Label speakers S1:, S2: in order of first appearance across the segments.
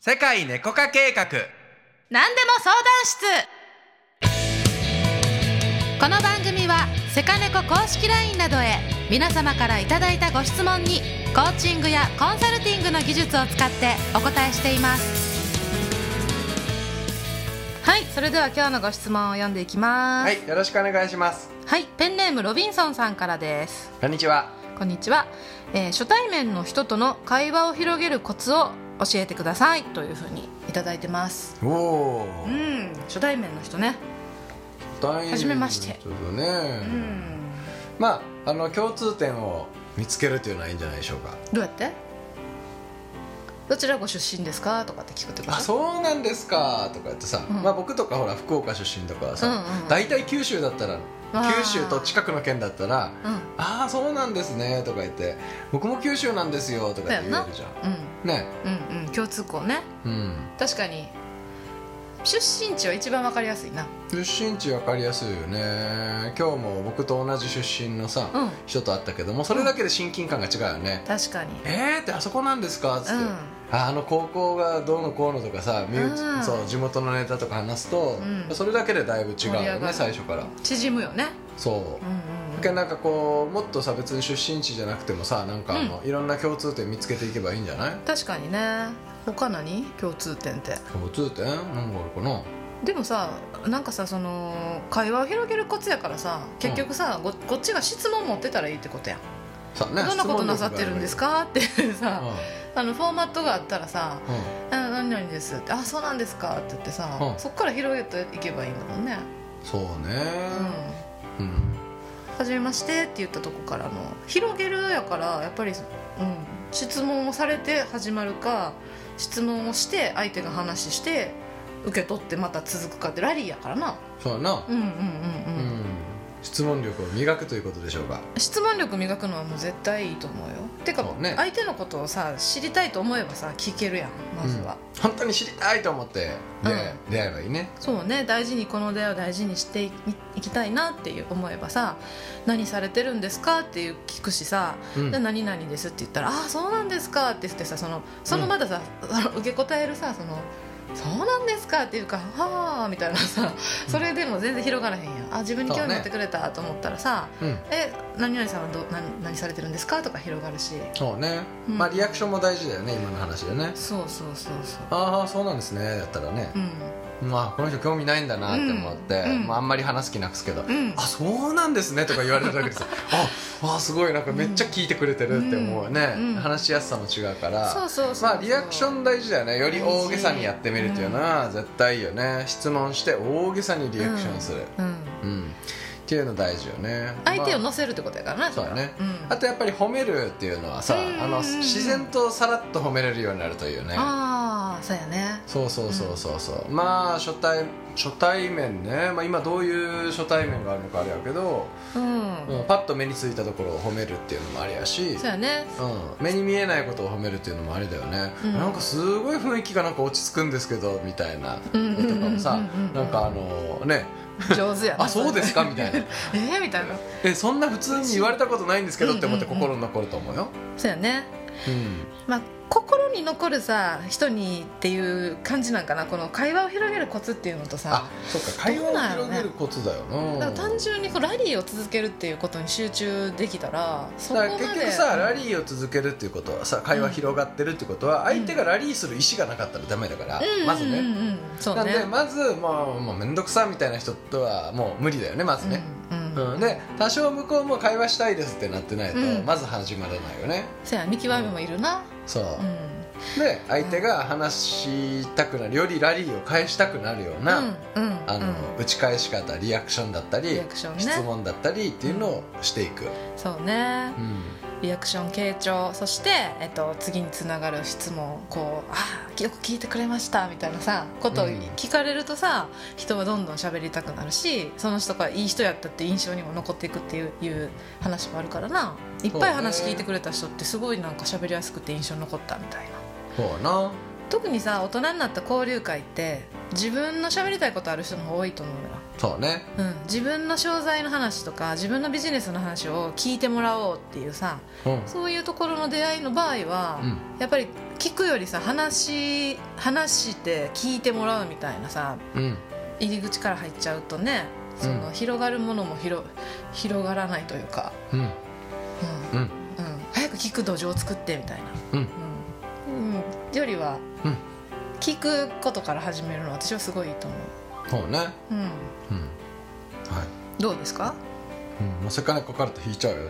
S1: 世界猫化計画
S2: 何でも相談室この番組はセカネコ公式 LINE などへ皆様からいただいたご質問にコーチングやコンサルティングの技術を使ってお答えしていますはいそれでは今日のご質問を読んでいきます
S1: はいよろしくお願いします
S2: はい、ペンネームロビンソンさんからです
S1: こんにちは
S2: こんにちは、えー初対面の人との会話を広げるコツを教えてくださいというふうにいただいてます
S1: おお
S2: うん初対面の人ね初めまして
S1: ちょっとね、
S2: うん
S1: まああの共通点を見つけるというのはいいんじゃないでしょうか
S2: どうやってどちらご出身ですかとかって聞くってこと
S1: あそうなんですかとか言ってさ、
S2: うん
S1: まあ、僕とかほら福岡出身だからさ、
S2: うんうん
S1: 大体九州だったら
S2: あー
S1: 九州と近くの県だったら「ああそうなんですね」とか言って「僕も九州なんですよ」とか言って言えるじゃん
S2: うんうん
S1: ね
S2: うんうん共通項ね
S1: うん
S2: 確かに出身地は一番わかりやすいな
S1: 出身地分かりやすいよね今日も僕と同じ出身のさ、
S2: うん
S1: 人と会ったけどもそれだけで親近感が違うよね、
S2: 確かに
S1: えーってあそこなんですかっつって、
S2: うん
S1: ああの高校がどうのこうのとかさ身内
S2: うん
S1: そう地元のネタとか話すと、
S2: うん
S1: それだけでだいぶ違う
S2: 盛り
S1: よ
S2: 上が
S1: ね
S2: る
S1: 最初から
S2: 縮むよね
S1: そう
S2: う、んうんうん
S1: だからなんかこうもっとさ別に出身地じゃなくてもさなんかあの、いろんな共通点見つけていけばいいんじゃない
S2: 確かにね他何共通点って
S1: 共通点何があるかな
S2: でもさなんかさその会話を広げるコツやからさ結局さ、ここっちが質問持ってたらいいってことやん、
S1: さね
S2: どんなことなさってるんですかって
S1: 質
S2: さ、
S1: 問力があ
S2: あのフォーマットがあったらさ
S1: ればいいうん
S2: 「あ何々です」って「あそうなんですか」って言ってさ、
S1: うん
S2: そっから広げていけばいいんだもんね
S1: うんそうね
S2: 「うん
S1: うん
S2: はじめまして」って言ったとこからの広げるやからやっぱり、うん、質問をされて始まるか質問をして相手が話して受け取ってまた続くかってラリーやからな
S1: そうやな、
S2: うんうんうん
S1: うん、
S2: うん
S1: 質問力を磨くということでしょうか
S2: 質問力磨くのはもう絶対いいと思うよてか、
S1: そうね
S2: 相手のことをさ知りたいと思えばさ聞けるやんまずは、
S1: 本当に知りたいと思って出,、出会えばいいね
S2: そうね大事にこの出会いを大事にしていいきたいなっていう思えばさ何されてるんですかっていう聞くしさ、
S1: うん
S2: で何々ですって言ったらああそうなんですかって言ってさそのそのまださ、その受け答えるさそのそうなんですかっていうかはあみたいなさそれでも全然広がらへんやんあ自分に興味持ってくれたと思ったらさ、
S1: うん
S2: え何々さんはどう何何されてるんですかとか広がるし
S1: そうね、
S2: うん
S1: まあリアクションも大事だよね今の話でね
S2: そうそうそうそう
S1: ああそうなんですねだったらね
S2: う、ん
S1: まあこの人興味ないんだなって思って、
S2: うんうん
S1: まあ、あんまり話す気なくすけど、
S2: うん
S1: あそうなんですねとか言われただけですああすごいなんかめっちゃ聞いてくれてるって思うね、
S2: うんうん
S1: 話しやすさも違うから
S2: そうそうそう
S1: まあリアクション大事だよねより大げさにやってみるっていうのは絶対いいよね質問して大げさにリアクションする、
S2: うん
S1: うんっていうの大事よね
S2: 相手を
S1: ま
S2: 乗せるってことやからな
S1: あそうだね
S2: うん、
S1: あとやっぱり褒めるっていうのはさ
S2: うんうんうん
S1: あの自然とさらっと褒めれるようになるというね
S2: ああそうやね
S1: そうそうそうそうそうまあ初対初対面ね、まあ、今どういう初対面があるのかあれやけど、
S2: うん、
S1: うん、パッと目についたところを褒めるっていうのもありやし
S2: そうやね
S1: うん、目に見えないことを褒めるっていうのもあれだよね、
S2: うん
S1: なんかすごい雰囲気がなんか落ち着くんですけどみたいな
S2: うんうんうんうん
S1: とかもさ
S2: うんうんうん
S1: なんかあのね
S2: 上手やな
S1: あそうですかみたいな
S2: えー、みたいな
S1: えそんな普通に言われたことないんですけどって思って
S2: うんうんうん
S1: 心に残ると思うよ、
S2: そうやね
S1: うん、
S2: まあ心に残るさ人にっていう感じなんかなこの会話を広げるコツっていうのと
S1: あ
S2: さ
S1: そっか会話を広げることだよ
S2: だ
S1: な
S2: から単純にこうラリーを続けるっていうことに集中できたらそこ
S1: だ
S2: ま
S1: か
S2: で
S1: ら結局さラリーを続けるっていうことはさ会話広がってるってことは相手がラリーする意思がなかったらダメだから、
S2: うん
S1: まずね、
S2: うんうんうん、そう
S1: なん
S2: ね
S1: でまずもうもう面倒くさみたいな人とはもう無理だよねまずね、
S2: うんうん
S1: うん、で多少向こうも会話したいですってなってないと、
S2: うん
S1: まず始まらないよね
S2: そうや見極めもいるな、
S1: そう、
S2: うん
S1: で相手が話したくなるよりラリーを返したくなるような、
S2: うんうん
S1: あの
S2: うん
S1: 打ち返し方リアクションだったり、
S2: リアクションね
S1: 質問だったりっていうのをしていく、
S2: そうね
S1: うん
S2: リアクション傾聴そして、えっと、次につながる質問こう「ああよく聞いてくれました」みたいなさことを
S1: うん
S2: 聞かれるとさ、人はどんどん喋りたくなるしその人がいい人やったって印象にも残っていくっていういう話もあるからないっぱい話聞いてくれた人ってすごいなんか喋りやすくて印象に残ったみたいな。
S1: そうな
S2: 特にさ大人になった交流会って自分の喋りたいことある人の方が多いと思うのよ
S1: そうね
S2: うん、自分の商材の話とか自分のビジネスの話を聞いてもらおうっていうさ
S1: うん
S2: そういうところの出会いの場合は、
S1: うん
S2: やっぱり聞くよりさ話話して聞いてもらうみたいなさ
S1: うん
S2: 入り口から入っちゃうとねその、
S1: うん
S2: 広がるものも広広がらないというか、
S1: うん
S2: う
S1: うん
S2: んうん、早く聞く土壌を作ってみたいな、
S1: うん
S2: うんうんよりは、
S1: うん
S2: 聞くことから始めるのは私はすごいいいと思
S1: そうね
S2: う、うん、
S1: うんはい
S2: どうですか
S1: うんもうせっかくかかると引いちゃうよじ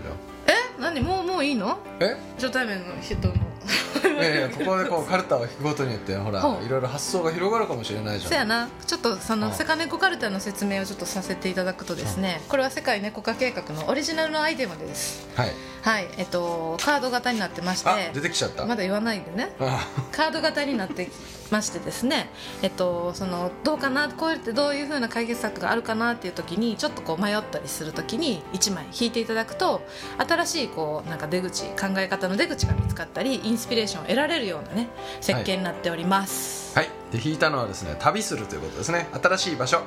S1: ゃ
S2: え何もうもういいの
S1: あえ
S2: 初対面の人 の
S1: いやいやここでこうカルタを引くことによってほら
S2: ほう
S1: いろいろ発想が広がるかもしれないじゃん
S2: そやなちょっとその
S1: うん
S2: セカネコカルタの説明をちょっとさせていただくとですねこれは世界猫化計画のオリジナルのアイテムです
S1: はい
S2: はいえっとカード型になってまし
S1: あ
S2: て
S1: 出てきちゃった
S2: まだ言わないでね
S1: あ
S2: カード型になってましてですね、えっと、そのどうかなこうやってどういうふうな解決策があるかなっていう時にちょっとこう迷ったりする時に1枚引いていただくと新しいこうなんか出口考え方の出口が見つかったりインスピレーションを得られるようなね設計になっております、
S1: はいで引いたのはですね旅するということですね新しい場所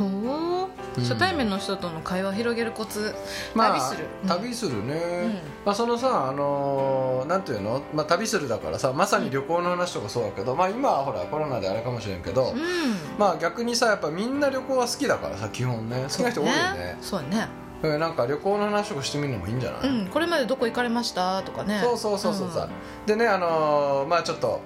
S2: ほう
S1: うん
S2: 初対面の人との会話を広げるコツ、
S1: まあ
S2: 旅する、
S1: 旅するね、
S2: うん
S1: まあ、そのさ、あのーなんていうの、まあ、旅するだからさまさに旅行の話とかそうだけど、まあ、今はほらコロナであれかもしれんけど、
S2: うん、
S1: まあ、逆にさやっぱみんな旅行は好きだからさ基本ね好きな人多いよね
S2: そうね
S1: うんなんか旅行の話とかしてみるのもいいんじゃな
S2: う
S1: い、
S2: んこれまでどこ行かれましたとかね
S1: そうそうそうそうさ、でねあのーまあちょっと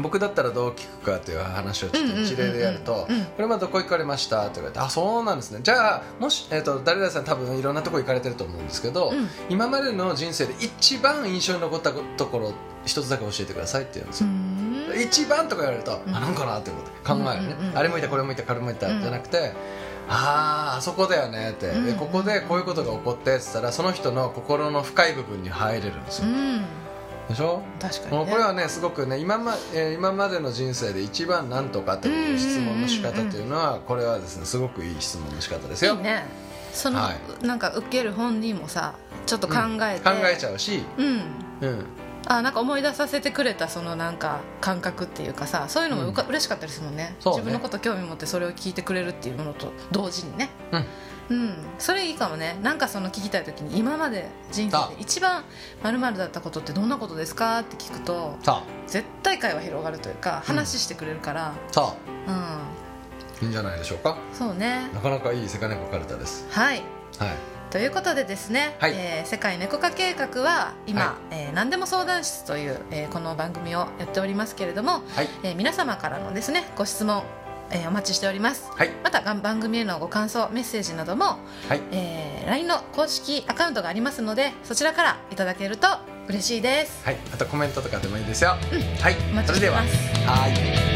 S1: 僕だったらどう聞くかという話をちょっと一例でやると
S2: うんうんうんうん
S1: これまあどこ行かれました?」とか言って「あそうなんですねじゃあもし、えー、と誰々さん多分いろんなとこ行かれてると思うんですけど、
S2: うん
S1: 今までの人生で一番印象に残ったところ一つだけ教えてくださいって言うんです
S2: う
S1: よ、
S2: ん
S1: 一番とか言われると、
S2: ん
S1: あなんかなってこと考えるね、
S2: うんうんうん
S1: あれもいたこれもいたこれもいた、
S2: うん
S1: じゃなくてあああそこだよねって、
S2: うん
S1: でここでこういうことが起こってって言ったらその人の心の深い部分に入れるんです
S2: う
S1: よ、
S2: ん
S1: でしょ
S2: 確かに、
S1: もう
S2: ね、
S1: これはねすごくね今ま,、えー今までの人生で一番なんとかっていう質問の仕方っていうのはこれはですねすごくいい質問の仕方ですよ
S2: いいねその、
S1: は
S2: なんか受ける本人もさちょっと考えて、
S1: 考えちゃうし、
S2: う、ん、
S1: うん、
S2: あなんか思い出させてくれたそのなんか感覚っていうかさそういうのもうか、嬉しかったりするもんね
S1: そうね
S2: 自分のこと興味持ってそれを聞いてくれるっていうものと同時にね
S1: うん
S2: うん、それいいかもねなんかその聞きたい時に今まで人生で一番まるだったことってどんなことですかって聞くと
S1: さ
S2: 絶対会話広がるというか話してくれるから
S1: あさ
S2: うん、
S1: あいいんじゃないでしょうか
S2: そうね
S1: なかなかいいセカネコカルタです
S2: はい
S1: はい
S2: ということでですね、
S1: はい
S2: えー世界猫化計画は今、
S1: は
S2: えー何でも相談室という、えーこの番組をやっておりますけれども、
S1: はい
S2: えー皆様からのですねご質問、えーお待ちしております
S1: はい
S2: またがん番組へのご感想メッセージなども、
S1: はい
S2: えー LINE の公式アカウントがありますのでそちらからいただけると嬉しいです
S1: はいあとコメントとかでもいいですよ、はい
S2: お待
S1: そ
S2: ち
S1: れで
S2: して
S1: は
S2: ます
S1: はい